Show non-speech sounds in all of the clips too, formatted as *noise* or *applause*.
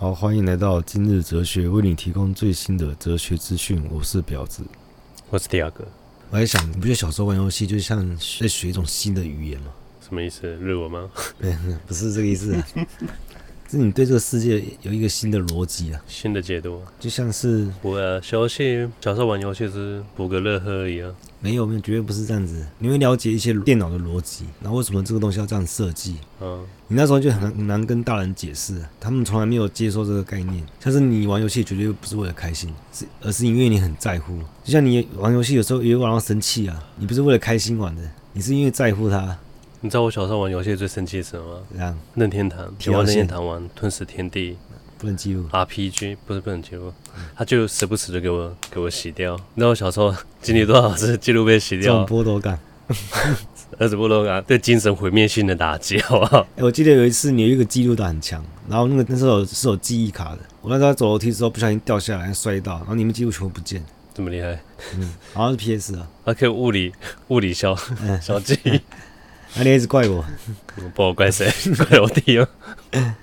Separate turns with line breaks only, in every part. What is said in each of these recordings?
好，欢迎来到今日哲学，为你提供最新的哲学资讯。我是表子。
我是第二个，
我在想，你不觉得小时候玩游戏就像在学一种新的语言吗？ *laughs*
什么意思？日文吗？
不是这个意思、啊，是你对这个世界有一个新的逻辑啊，
新的解读。
就像是
不呃，小游戏小时候玩游戏是补个乐呵啊一样，
没有没有，绝对不是这样子。你会了解一些电脑的逻辑，然后为什么这个东西要这样设计？
嗯，
你那时候就很难很难跟大人解释，他们从来没有接受这个概念。像是你玩游戏绝对不是为了开心，是而是因为你很在乎。就像你玩游戏有时候也会玩到生气啊，你不是为了开心玩的，你是因为在乎它。
你知道我小时候玩游戏最生气是什么吗？
这样
任天堂，
天
喜欢
堂
任天堂玩《吞噬天地
不能记录》
RPG，不是不能记录，他就时不时就给我给我洗掉。你知道我小时候经历多少次记录被洗
这种
掉？
剥夺感。
二十不多啊，对精神毁灭性的打击，好不好？
哎、我记得有一次你有一个记录打很强，然后那个那时候有是有记忆卡的，我那时候走楼梯的时候不小心掉下来摔到，然后你们记录全部不见，
这么厉害，
嗯，好像是 PS 啊，
还可以物理物理消
嗯
消记忆，
啊你一直怪我，
不知道怪谁， *laughs* 怪我弟哦。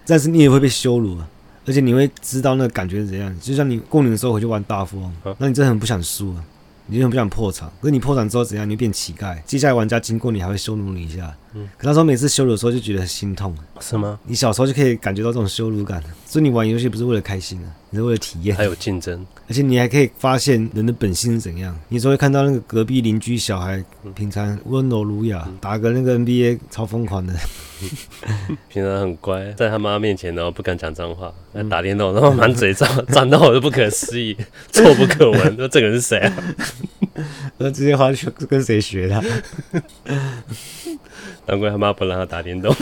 但是你也会被羞辱啊，而且你会知道那个感觉是怎样。就像你过年的时候回去玩大富翁
嗯，
那你真的很不想输啊，你就很不想破产。可是你破产之后怎样？你会变乞丐，接下来玩家经过你还会羞辱你一下。
嗯
可那时候每次羞辱的时候就觉得很心痛。
是吗？
你小时候就可以感觉到这种羞辱感，所以你玩游戏不是为了开心啊，你是为了体验
还。有竞争，
而且你还可以发现人的本性是怎样。你总会看到那个隔壁邻居小孩，平常温柔儒雅，打个那个 NBA 超疯狂的， *laughs*
平常很乖，在他妈面前然后不敢讲脏话，那打电动然后满嘴脏， *laughs* 脏到我都不可思议，臭不可闻。说这个人是谁啊？ *laughs*
那这些话去跟谁学的啊？
难怪他妈不让他打电动。 *laughs*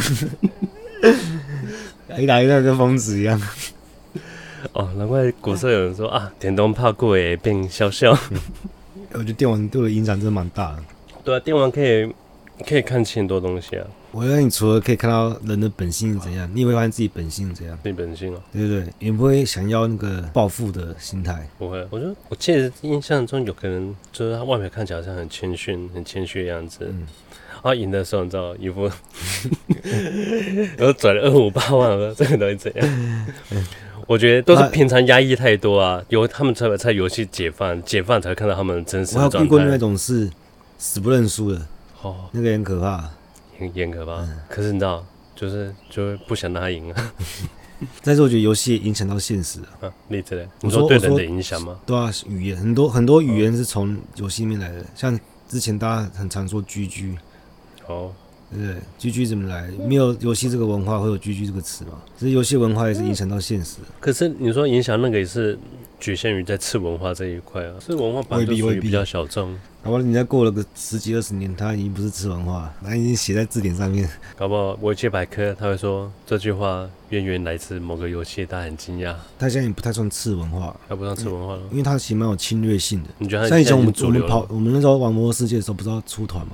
一打一打跟疯子一样。
哦，难怪古时候有人说啊，电动怕鬼变笑笑。
我觉得电玩对我的影响真的蛮大的。
*laughs* 对啊，电玩可以可以看清很多东西啊，
我觉得你除了可以看到人的本性是怎样，你也会发现自己本性是怎样，
对本性哦。
对不对？也不会想要那个暴富的心态。
不会，我觉得我记得印象中有个人，就是他外表看起来好像很谦逊、很谦虚的样子，
嗯
然后赢的时候你知道一副， *laughs* 然后转了二五八万，我说这个东西怎样？
嗯
我觉得都是平常压抑太多啊，有他们才把才游戏解放，解放才会看到他们真实
我还
的
有遇
状
过那
态。
种是死不认输的，
哦，
那个人可怕。
严严格
嗯
吧？可是你知道，就是就是不想让他赢啊， *laughs*
但是我觉得游戏也影响到现实啊，
啊例子嘞，
我
你
说
说对
我说
人的影响吗？
对啊，语言很多很多语言是从游戏里面来的，像之前大家很常说 “GG”，
哦，
对不对？“GG” 怎么来？没有游戏这个文化会有 “GG” 这个词嘛？其实游戏文化也是影响到现实的。
可是你说影响那个也是局限于在次文化这一块啊，次文化本来就
未必
属
未
于
必
比较小众，
搞不好人家过了个十几二十年，他已经不是吃文化，他已经写在字典上面。 *laughs*
搞不好维基百科他会说这句话渊源来自某个游戏，大家很惊讶，
他现在也不太算次文化，
要不上次文化了。
因为他其实蛮有侵略性的。
你觉得他
嗯像以前我
啊
们
现在已经
我
主
们
流
跑
了？
我们那时候玩《魔兽世界》的时候，不是要出团嘛？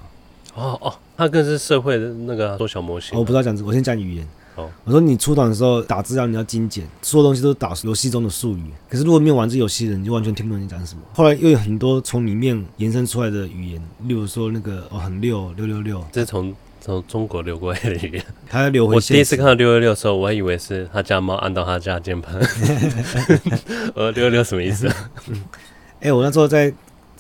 哦哦，他更是社会的那个缩小模型啊、
哦，我不知道讲这个，我先讲语言。
哦
我说你出团的时候打字要你要精简，所有东西都是打游戏中的术语。可是如果没有玩这游戏的人，你就完全听不懂你讲什么。后来又有很多从里面延伸出来的语言，例如说那个哦很溜六六六，
这是从从中国流过来的
*laughs*
语言。
它要流回
我第
现
一次
实
看。到六六六的时候，我还以为是他家猫按到他家
*laughs*
键盘。呃，六六六什么意思啊？
哎，我那时候在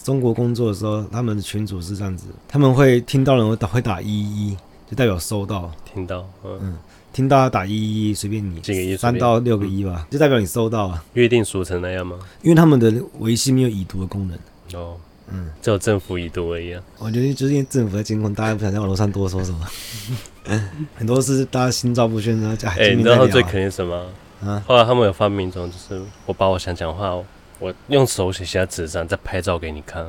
中国工作的时候，他们的群主是这样子，他们会听到人会打会打一一，就代表收到。
听到，嗯，
听到要打一一，随便你，
几个一随
三
便嗯
到六个一吧，就代表你收到啊。
约定俗成那样吗？
因为他们的维系没有已读的功能。
哦，
嗯，
只有政府已读而已啊。
我觉得就是因为政府在监控，大家不想在网络上多说什么， *laughs* 很多事大家心照不宣，然后讲。
哎、
*laughs*
你知道最可怜是什么？
啊
后来他们有发明一种，就是我把我想讲的话，我用手写写在纸上，再拍照给你看。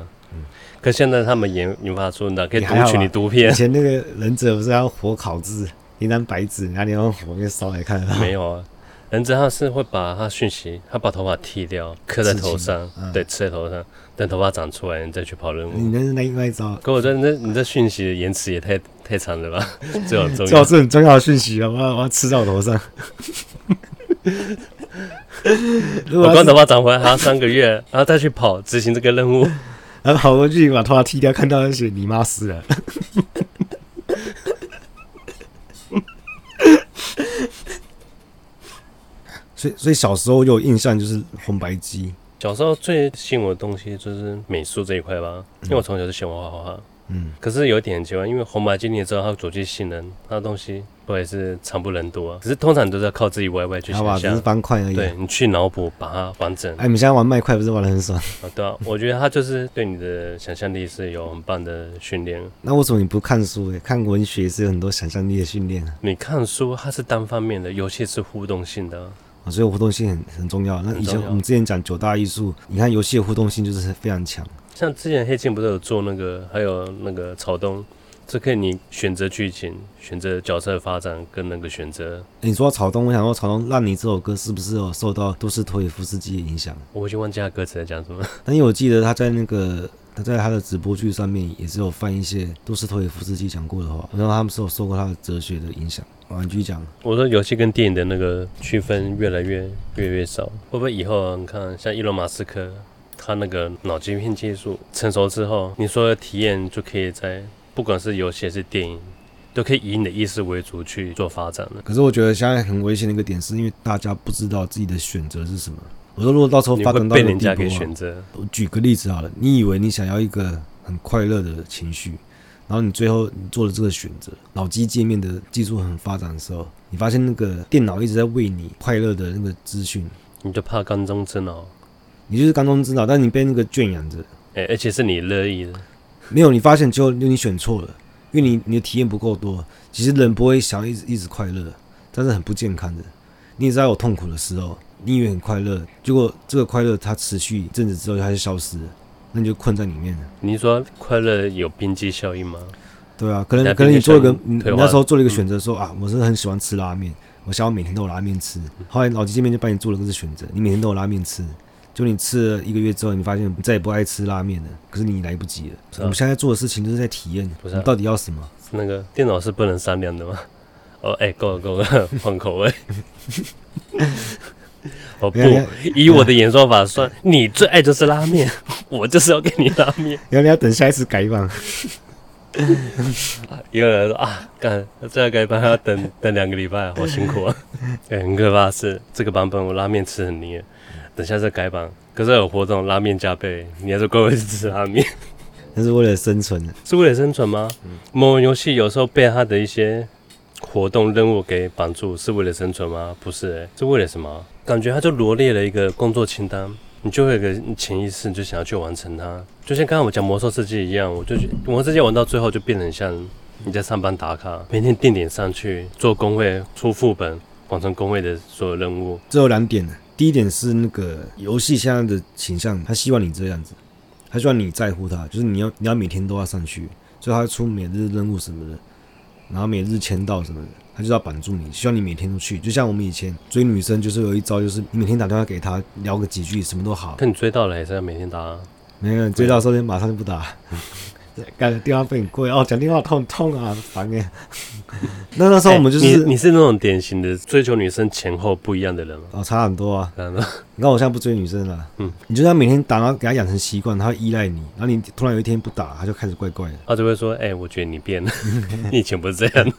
可现在他们研研发出的可以
也嗯
读
还好
取
吧
你图
以 *laughs*
片，
前那个忍者不是要火烤字，一张白纸，然后你用火给烧来看，
没有啊。人只他是会把他讯息，他把头发剃掉，刻在头上，
刺青嗯
对，刺在头上，等头发长出来，你再去跑任
你
务。
那是另外一招，
可我觉得你这你这讯息的延迟也太太长了吧？ *laughs* 这种
*laughs*
重
最好
要，
哦是很重要的讯息啊，我要我要吃在我头
*laughs*
上。如
我
果要
光
是
头发长回来还要三个月，然后再去跑执行这个任务。
然后跑过去把头发剃掉，看到那些你妈死了。 *laughs* 所以所以小时候有印象就是红白机，
小时候最吸引我的东西就是美术这一块吧，因为我从小就喜欢画画。
嗯，
可是有一点很奇怪，因为红白机你也知道，它主机性能，它的东西不也是惨不忍睹啊。可是通常都是要靠自己 YY 去
好吧，
想
只啊是
象，
方块而已。
对你去脑补把它完整。
哎，你们现在玩麦块不是玩的很爽？ *laughs*
啊，对啊，我觉得它就是对你的想象力是有很棒的训练。
那为什么你不看书、欸？看文学也是有很多想象力的训练啊，
你看书它是单方面的，游戏是互动性的啊。
啊所以互动性很很重要。那以前
很重要
我们之前讲九大艺术，你看游戏的互动性就是非常强。
像之前黑镜不是有做那个，还有那个草东，这可以你选择剧情、选择角色发展跟那个选择。
欸你说到草东，我想说草东《让你》这首歌是不是有受到都市托尔夫斯基的影响？
我已经忘记他歌词在讲什么。 *laughs*
但因为我记得他在那个他在他的直播剧上面也是有翻一些都市托尔夫斯基讲过的话，然后他们是有受过他的哲学的影响。啊，你继续讲。
我说游戏跟电影的那个区分越来越越来越少，会不会以后啊你看像伊隆马斯克，他那个脑晶片技术成熟之后，你所有体验就可以在不管是游戏还是电影，都可以以你的意识为主去做发展了。
可是我觉得现在很危险的一个点，是因为大家不知道自己的选择是什么。我说，如果到时候
你
发
会
展到
被
一个
人家
地步
给
啊
选择，
我举个例子好了，你以为你想要一个很快乐的情绪，然后你最后你做了这个选择，脑机界面的技术很发展的时候，你发现那个电脑一直在喂你快乐的那个资讯，
你就怕刚中之脑，
你就是刚中之脑，但你被那个圈养着，
哎、而且是你乐意的。
没有你发现就你选错了，因为你你的体验不够多。其实人不会想要一直一直快乐，但是很不健康的。你也知道有痛苦的时候，你以为很快乐，结果这个快乐它持续一阵子之后它就消失了，那你就困在里面了。
你是说快乐有边际效应吗？
对啊，可能
两
可能
边
你
就
做一个
像，
你你
退化
那时候做了一个选择说，啊，我是很喜欢吃拉面，我想要每天都有拉面吃。后来脑筋这边就帮你做了这个选择，你每天都有拉面吃。就你吃了一个月之后，你发现你再也不爱吃拉面了，可是你来不及了。
是啊
我们现在做的事情嗯就是在体验，
不
我
是啊
们到底要什么？
那个电脑是不能商量的吗？哦，哎、够了够了， *laughs* 换口味。哦不
你，看，
以我的演算法算，你最爱就是拉面， *laughs* 我就是要给你拉面。
你要你要等下一次改版。
有人说啊，干这个版要等等两个礼拜，好辛苦啊。 *laughs* 哎、很可怕的是这个版本我拉面吃很腻了，等下再改版。可是有活动，拉面加倍，你还是乖乖去吃拉面。
*laughs* 那是为了生存的。
是为了生存吗？
嗯
某游戏有时候被它的一些活动任务给绑住，是为了生存吗？不是、欸，是为了什么？感觉它就罗列了一个工作清单，你就会有个潜意识，你就想要去完成它。就像刚刚我讲魔兽世界一样，我就觉魔兽世界玩到最后就变得很像你在上班打卡，每天定点上去做工会、出副本，完成工会的所有任务。
这有两点呢，第一点是那个游戏现在的倾向，他希望你这样子，他希望你在乎他，就是你要你要每天都要上去，所以他出每日任务什么的，然后每日签到什么的，他就要绑住你，希望你每天都去。就像我们以前追女生，就是有一招，就是你每天打电话给她聊个几句，什么都好。
但你追到了，还是要每天打啊、
没有追到的时候就马上就不打， *laughs* 感觉电话费很贵哦，讲电话痛痛啊，烦哎。 *laughs* 那那时候我们就是、
欸你你是那种典型的追求女生前后不一样的人吗？
哦差很多啊。
看到
你看我现在不追女生了，
嗯，
你就算每天打，然后给她养成习惯，她会依赖你，然后你突然有一天不打，她就开始怪怪的，
他就会说：“哎、我觉得你变了， *laughs* 你以前不是这样。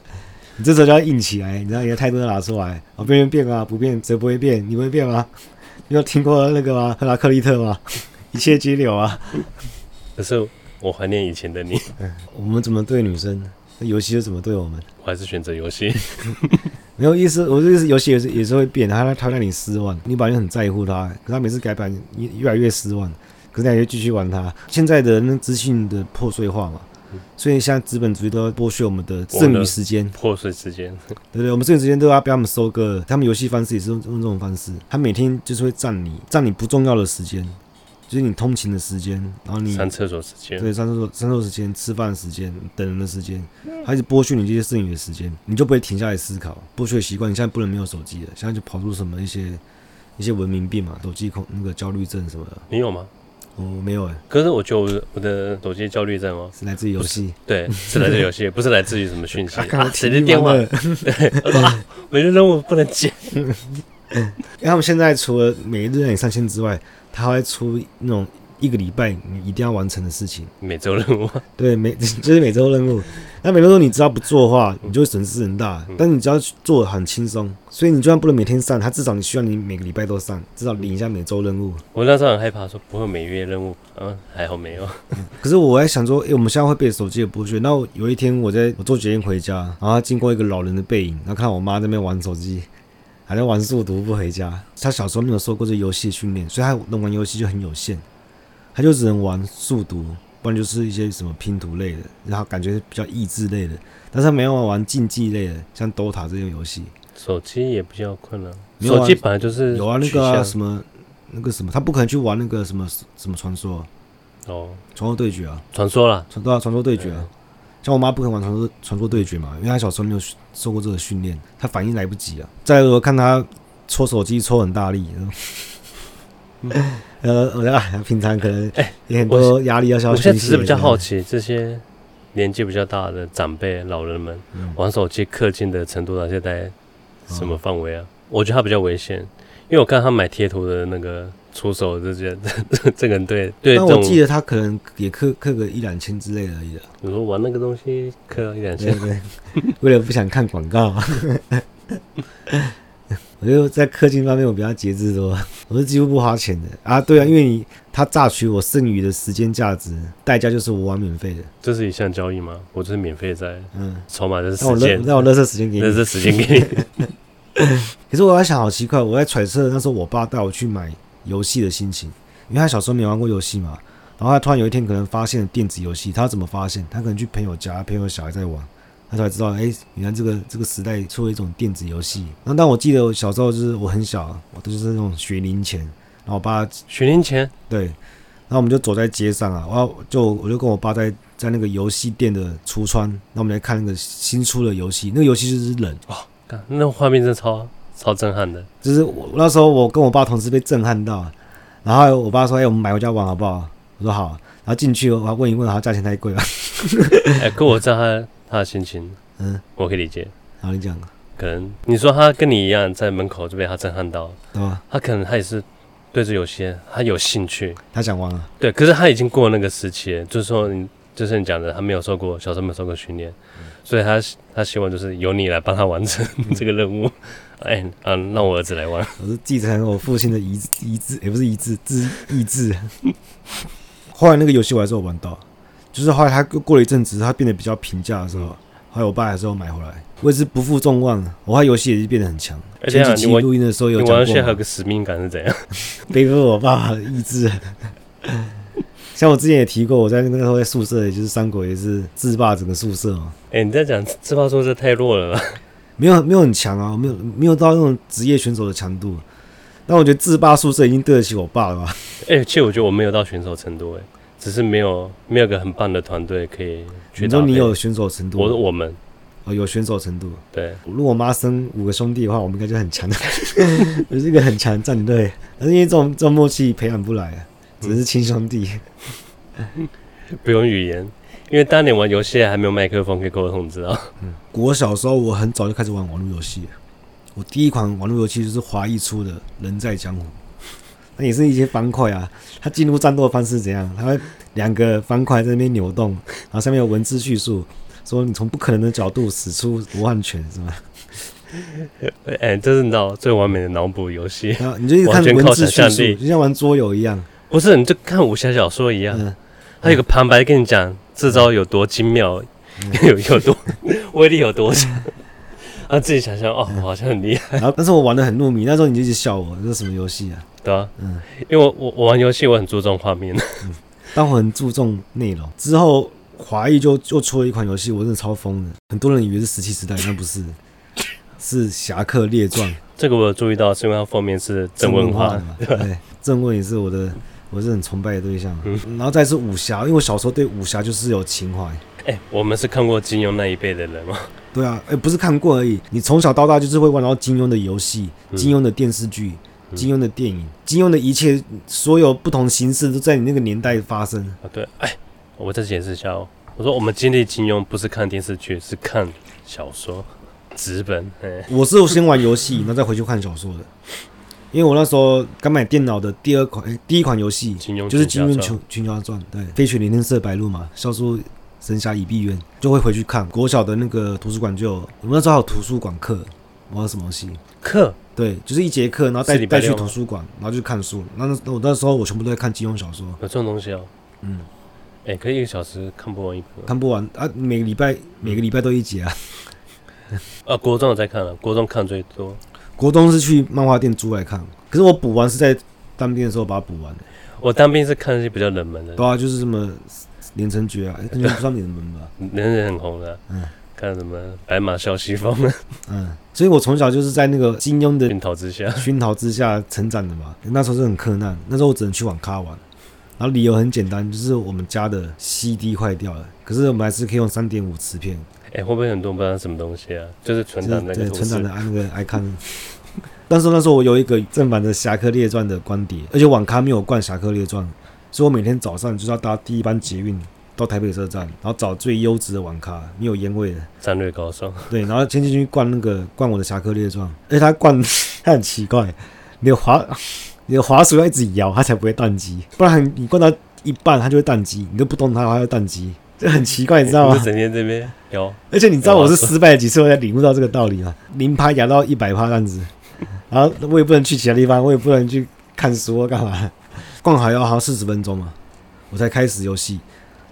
你这时候就要硬起来，你知道你的态度要拿出来，哦，变变变啊，不变谁不会变？你会变吗？ *laughs* 你有听过那个吗？赫拉克利特吗？ *laughs* 一切皆有啊。”
可是我怀念以前的你，
我们怎么对女生，那游戏就怎么对我们，
我还是选择游戏。 *laughs*
没有意思。我的意思，游戏也是也是会变，她她让你失望，你本来就很在乎她，可她每次改版，你越来越失望，可是你还是继续玩它。现在的那资讯的破碎化嘛。所以现在资本主义都要剥削我们的剩余时间，
破碎之间，
对不对？我们这段时间都要被他们收割了，他们游戏方式也是用用这种方式，他每天就是会占你占你不重要的时间，就是你通勤的时间，然后你
上厕所之间，
对上厕所上厕所时间、吃饭的时间、等人的时间，还是剥削你这些剩余的时间，你就不会停下来思考，剥削的习惯。你现在不能没有手机了，现在就跑出什么一些一些文明病嘛，手机控那个焦虑症什么的，
你有吗？
我、我没有哎、
可是我觉得我的我的手机焦虑症哦，
是来自于游戏。
对，是来自游戏，不是来自于什么
*laughs*
讯息
刚刚
啊，谁
体
的
力
电话
完？了
我说啊，每日任务不能接，
因为他们现在除了每日让你上线之外，他还会出那种一个礼拜你一定要完成的事情。
每周任务啊，
对，每 *laughs* 就是每周任务。那每周任务你只要不做的话，你就会损失很大。但是你只要做得很轻松，所以你就算不能每天上，它至少你需要你每个礼拜都上，至少领一下每周任务。
我那时候很害怕，说不会每月任务，嗯，还好没有。
可是我还想说，诶、我们现在会被手机的剥削。那我有一天我在我坐捷运回家，然后经过一个老人的背影，然后看到我妈在那边玩手机，还在玩数独不回家。她小时候没有受过这游戏训练，所以她能玩游戏就很有限，她就只能玩数独，不然就是一些什么拼图类的，然后感觉比较益智类的。但是她没有玩竞技类的，像 DOTA 这种游戏，
手机也比较困难，
没有啊
手机本来就是
有啊那个啊、
取
什么那个什么，她不可能去玩那个什么什么传说
向哦，
传说对决啊。
传说啦，
传对啊，传说对决啊
嗯。
像我妈不肯玩传说传说对决嘛，因为她小时候没有训受过这个训练，她反应来不及啊。再有我看她搓手机搓很大力， *laughs* 呃，我啊，平常可能也很多压力要消
哎我
消
现在只是比较好
奇，
奇，这些年纪比较大的长辈、老人们
嗯
玩手机氪金的程度到现在什么范围啊？我觉得他比较危险，因为我看他买贴图的那个出手这些， *laughs* 这个人对对
但我
这种，
记得她可能也氪氪个一两千之类的而已啊。
你说玩那个东西氪到一两
对
千，
对， *laughs* 为了不想看广告， *laughs* 我就在氪金方面我比较节制多，我是几乎不花钱的啊。对啊，因为你他榨取我剩余的时间价值，代价就是我玩免费的。
这是一项交易吗？我就是免费在
嗯，
筹码的
让我
时
乐
间，
让我乐色时间给
那
你。
是时间给
*laughs*
你。
可是我在想，好奇怪，我在揣测那时候我爸带我去买游戏的心情，因为他小时候没玩过游戏嘛。然后他突然有一天可能发现了电子游戏，他怎么发现？他可能去朋友家，朋友小孩在玩，他才知道，哎，原来这个这个时代出了一种电子游戏。那但我记得我小时候就是我很小，我都是那种学龄前，然后我爸
学龄前
对，然后我们就走在街上啊，我就我就跟我爸在在那个游戏店的橱窗，那我们来看那个新出的游戏，那个游戏就是忍。
干那画面真的超超震撼
*laughs*
的，
就是我那时候我跟我爸同时被震撼到，然后我爸说：“哎、我们买回家玩好不好？”我说：“好。”然后进去我还问一问，好像价钱太贵了。 *laughs*
哎，跟我知道他他的心情，
嗯，
我可以理解。
然后你讲，
可能你说他跟你一样在门口就被他震撼到，
对吧？
他可能他也是对这游戏他有兴趣，
他想玩啊，
对，可是他已经过那个时期了，就是说你就是你讲的，他没有受过小时候没有受过训练，所以他他希望就是由你来帮他完成 *laughs*
嗯
这个任务，哎，啊，让我儿子来
*laughs*
玩，
我是继承我父亲的遗遗志，也不是遗志，志意志。 *laughs* 后来那个游戏我还是有玩到，就是后来他过了一阵子，他变得比较平价的时候，后来我爸还是有买回来。我也是不负众望，我后来游戏也是变得很强。
而且
前
啊
几
你
期
玩
录音的时候
你
有
玩
讲
游戏
过
还
嘛
有，个使命感是怎样？ *laughs*
背负我爸爸的意志。像我之前也提过，我在那个时候在宿舍，也就是三国，也是制霸整个宿舍嘛，
哎，你在讲自爆说这太弱了吧？
没有没有很强啊，没有没有到那种职业选手的强度。但我觉得制霸宿舍已经对得起我爸了吧？
*laughs* 哎，其实我觉得我没有到选手程度，哎，只是没有没有个很棒的团队可以去
你
搭
说
配。
你有选手程度，
我说我们
哦有选手程度。
对。
如果我妈生五个兄弟的话，我们应该就很强的， *laughs* 我是一个很强的战队。但是因为这种这种默契培养不来啊，只是亲兄弟。
不用语言，因为当年玩游戏还没有麦克风可以沟通，你知道？ *laughs*
国小的时候，我很早就开始玩网络游戏。我第一款网络游戏就是华谊出的《人在江湖》，那也是一些方块啊。它进入战斗的方式是怎样？它会两个方块在那边扭动，然后下面有文字叙述，说你从不可能的角度使出罗汉拳，是吗？
哎、这是你知道最完美的脑补游戏，
然后你就一直看
完全靠
文字叙
想象力
述，就像玩桌游一样。
不是你就看武侠小说一样，
嗯，
它有个旁白跟你讲这招有多精妙，
嗯
*laughs* 有有多威力有多强， *laughs* 啊，自己想想哦，我
嗯
好像很厉害，
然后但是我玩的很入迷，那时候你就一直笑我，这是什么游戏啊？
对啊，
嗯
因为我我我玩游戏我很注重画面， *laughs*
但我很注重内容。之后华谊就就出了一款游戏，我真的超疯的，很多人以为是石器时代，但不
*laughs*
是，是《侠客列传》
这个我有注意到，是因为它封面是郑文
化
化
的，
*laughs*
嘛？对，郑问也是我的，我是很崇拜的对象。
嗯
然后再是武侠，因为我小时候对武侠就是有情怀。
哎、我们是看过金庸那一辈的人吗？ *laughs*
对啊，哎、不是看过而已，你从小到大就是会玩到金庸的游戏、
嗯
金庸的电视剧、
嗯
金庸的电影、金庸的一切所有不同形式都在你那个年代发生。
啊，对，哎，我再解释一下哦。我说我们经历金庸不是看电视剧，是看小说、纸本。哎，
我是先玩游戏，然后再回去看小说的。因为我那时候刚买电脑的第二款、诶第一款游戏
金庸
就是《
群
金庸
侠传
群群侠传》，对，飞雪连天射白鹿嘛，笑书神侠倚碧鸳，就会回去看。国小的那个图书馆就有，我们那时候还有图书馆课，我不知道什么东西，
课
对，就是一节课，然后
是
带
礼拜
带去
六吗
图书馆，然后就看书。那那我那时候我全部都在看金庸小说，
有这种东西哦。
嗯，
哎、可以一个小时看不完一本。哦
看不完啊，每个礼拜每个礼拜都一节啊。
啊，国中我在看了，国中看最多。
国中是去漫画店租来看，可是我补完是在当兵的时候把它补完的。
我当兵是看一些比较冷门的，
对啊，就是什么连城诀啊，哎 *laughs* 根本不算连门吧？
人人很红的啊、
嗯
看什么白马啸西风啊，
嗯，所以我从小就是在那个金庸的
熏陶之下，
熏陶之下成长的嘛。那时候是很困难，那时候我只能去网咖玩，然后理由很简单，就是我们家的 CD 坏掉了，可是我们还是可以用三点五磁片，
哎、会不会很多人不知道什么东西啊？就是
就
存
是
档那个
对
图
成长
示
的，按那个 icon。但是那时候我有一个正版的《侠客列传》的光碟，而且网咖没有灌《侠客列传》，所以我每天早上就是要搭第一班捷运到台北车站，然后找最优质的网咖，没有烟味的。
战略高手。
*laughs* 对，然后先进去灌那个灌我的侠客列传，而且他灌 *laughs* 他很奇怪，你的滑 *laughs* 你的滑鼠要一直摇，它才不会宕机，不然你灌到一半它就会宕机，你都不动它，它就宕机，这很奇怪，你知道啊
我
吗
*laughs* 就？整天这边有
而且你知道我是失败了几次，我才领悟到这个道理吗？零趴压到一百趴这样子，然后我也不能去其他地方，我也不能去看书或干嘛，逛好要好像四十分钟嘛，我才开始游戏，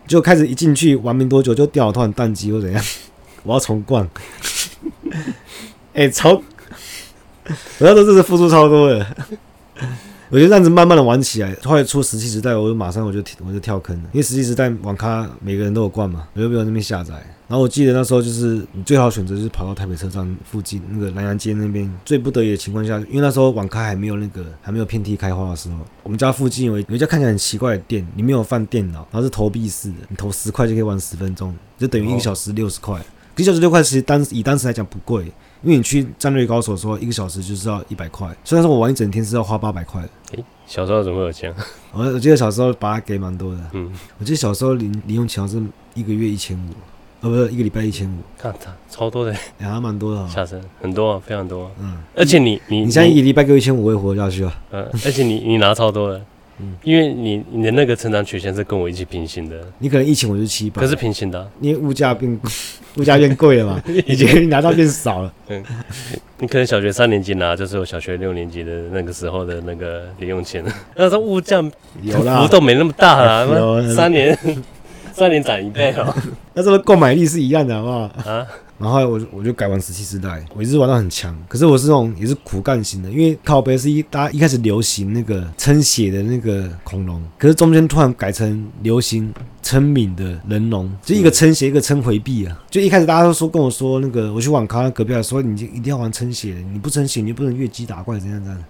就开始一进去玩没多久就电脑突然宕机或怎样， *laughs* 我要重灌，哎、超，我那时候真是付出超多的。我就这样子慢慢的玩起来，后来出石器时代，我就马上我就我就跳坑了，因为石器时代网咖每个人都有逛嘛，我就没有那边下载。然后我记得那时候就是你最好的选择就是跑到台北车站附近那个南洋街那边，最不得已的情况下，因为那时候网咖还没有那个还没有遍地开花的时候，我们家附近有一有一家看起来很奇怪的店，里面有放电脑，然后是投币式的，你投十块就可以玩十分钟，就等于一个小时六十块。一小时六块，其实当以当时来讲不贵，因为你去战略高手说一个小时就是要一百块，虽然说我玩一整天是要花八百块的。
小时候怎么会有钱？
我我记得小时候把它给蛮多的，
嗯，
我记得小时候零零用钱好像是一个月一千五，呃，不是一个礼拜一千五，
看他超多的，
哎，还蛮多的、哦。
下身很多啊，非常多啊。
嗯，
而且你你
你现在一个礼拜给我一千五，我也活得下去啊。
呃，而且你你拿超多的
嗯，
因为你你的那个成长曲线是跟我一起平行的，
你可能疫情我就七百，
可是平行的啊、
因为物价变 *laughs* 物价变贵了嘛，你觉得你 *laughs* 拿到变少了。
你可能小学三年级拿，就是我小学六年级的那个时候的那个零用钱， *laughs* 那时候物价
有
浮
啦，
动没那么大
*laughs*
啦，
有
妈三年 *laughs* 三年涨一倍
*laughs*
哦、
那时候购买力是一样的，好不好？
啊，
然后后来我就我就改玩石器时代，我一直玩到很强，可是我是那种也是苦干型的，因为靠背是一大家一开始流行那个撑血的那个恐龙，可是中间突然改成流行撑敏的人龙，就一个撑血一个撑回避啊，就一开始大家都说跟我说那个我去网咖隔壁来说你一定要玩撑血的，你不撑血你就不能越级打怪怎样怎样，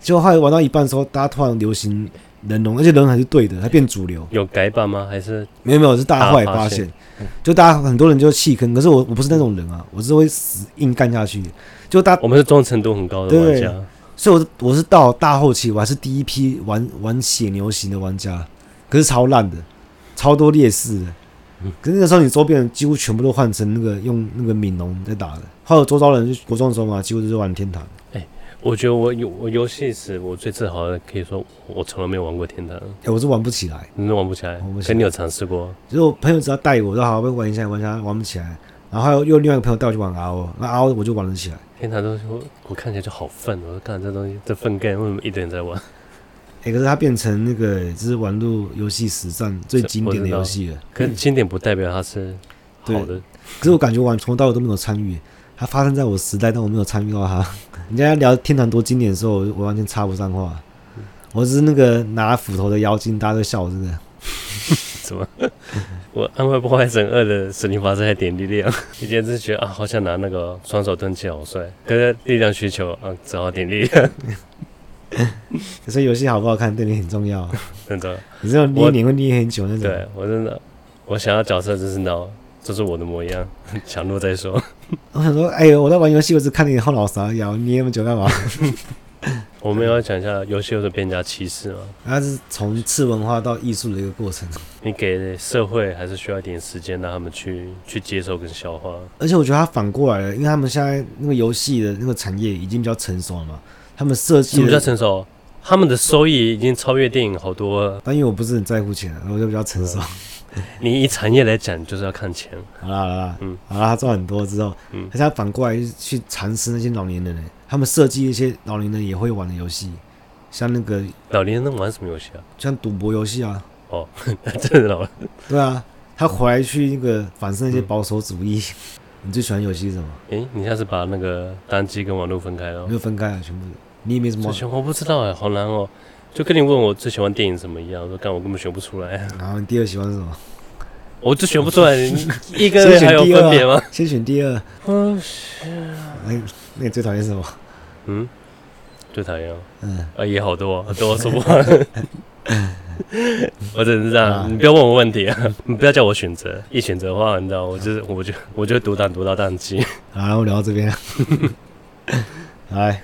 结果后来玩到一半的时候，大家突然流行人龙，而且人龙还是对的，还变主流。
有改版吗？还是
没有没有，是大坏发
大
现
发，
就大家很多人就弃坑，可是我我不是那种人啊，我是会死硬干下去的，就大，
我们是忠诚度很高的玩家？
所以我是我是到大后期，我还是第一批玩玩血牛型的玩家，可是超烂的，超多劣势的
嗯，
可是那时候你周边人几乎全部都换成那个用那个悯农在打的，还有周遭人就国中的时候嘛，几乎都是玩天堂，
我觉得我有我游戏史我最自豪的，可以说我从来没有玩过天堂，
哎、我是玩不起来，
真的玩不起来
玩不。起来
可你有尝试过？
就是我朋友只要带我，我说好，我玩一下玩一下，玩不起来，然后还有又另外一个朋友带我去玩 RO，那 RO 我就玩得起来。
天堂东西我我看起来就好愤，我说干这东西这粪 game 为什么一堆人在玩？
欸，可是它变成那个就是玩入游戏史上最
是
经典的游戏了。
可是经典不代表它是
对
好的，
可是我感觉玩从头到尾都没有参与，它发生在我时代，但我没有参与到它。 *laughs* 人家聊天堂多经典的时候，我我完全插不上话。我只是那个拿斧头的妖精，大家都笑我这个。
怎么？我安徽破坏神二的神力法师还点力量， *laughs* 以前是觉得啊，好想拿那个双手蹲起来好帅，可是力量需求啊，只好点力量， *laughs*
所以游戏好不好看对你很重
*laughs*
要。
真的。
你这种捏
我
脸会捏很久那种。
对我真的，我想要角色就是脑，这是我的模样，想录再说。 *laughs*
我想说，哎呦，我在玩游戏，我只看你后脑勺摇，捏那么久干嘛？ *laughs*
我们要讲一下游戏有的被人家歧视吗？
它是从次文化到艺术的一个过程。
你给社会还是需要一点时间让他们去去接受跟消化。
而且我觉得它反过来了，因为他们现在那个游戏的那个产业已经比较成熟了嘛，他们设
什
计
么叫
的，
成熟？他们的收益已经超越电影好多了。
但因为我不是很在乎钱、啊，我就比较成熟。
嗯你以产业来讲，就是要看钱。
好啦好啦，
嗯
好啦，他赚很多之后，
嗯
可是他反过来去蚕食那些老年人、欸，他们设计一些老年人也会玩的游戏，像那个
老年人玩什么游戏啊？ *laughs*
像赌博游戏啊，
真的老了，
对啊，他回来去那个反思那些
嗯
保守主义。你最喜欢游戏是什么？
诶、哎你下次把那个单机跟网络分开了
没。有分开啊，全部你也没什么
之，前我不知道哎、好难哦、就跟你问我最喜欢电影什么一样，我说干我根本选不出来， *laughs*
然后你第二喜欢是什么？
我就选不出来，你一跟
先
二
选
还有
第
分别
二、 *laughs*
吗
啊？，先选第二。
嗯
那那你最讨厌什么？
嗯，最讨厌哦
嗯，
啊，也好多哦多说不完。 *laughs* 我只能这
啊
样，你不要问我问题啊！ *laughs* 你不要叫我选择，一选择的话，你知道，我就是我就我就独挡独到宕机。 *laughs*
好，那我聊到这边。来，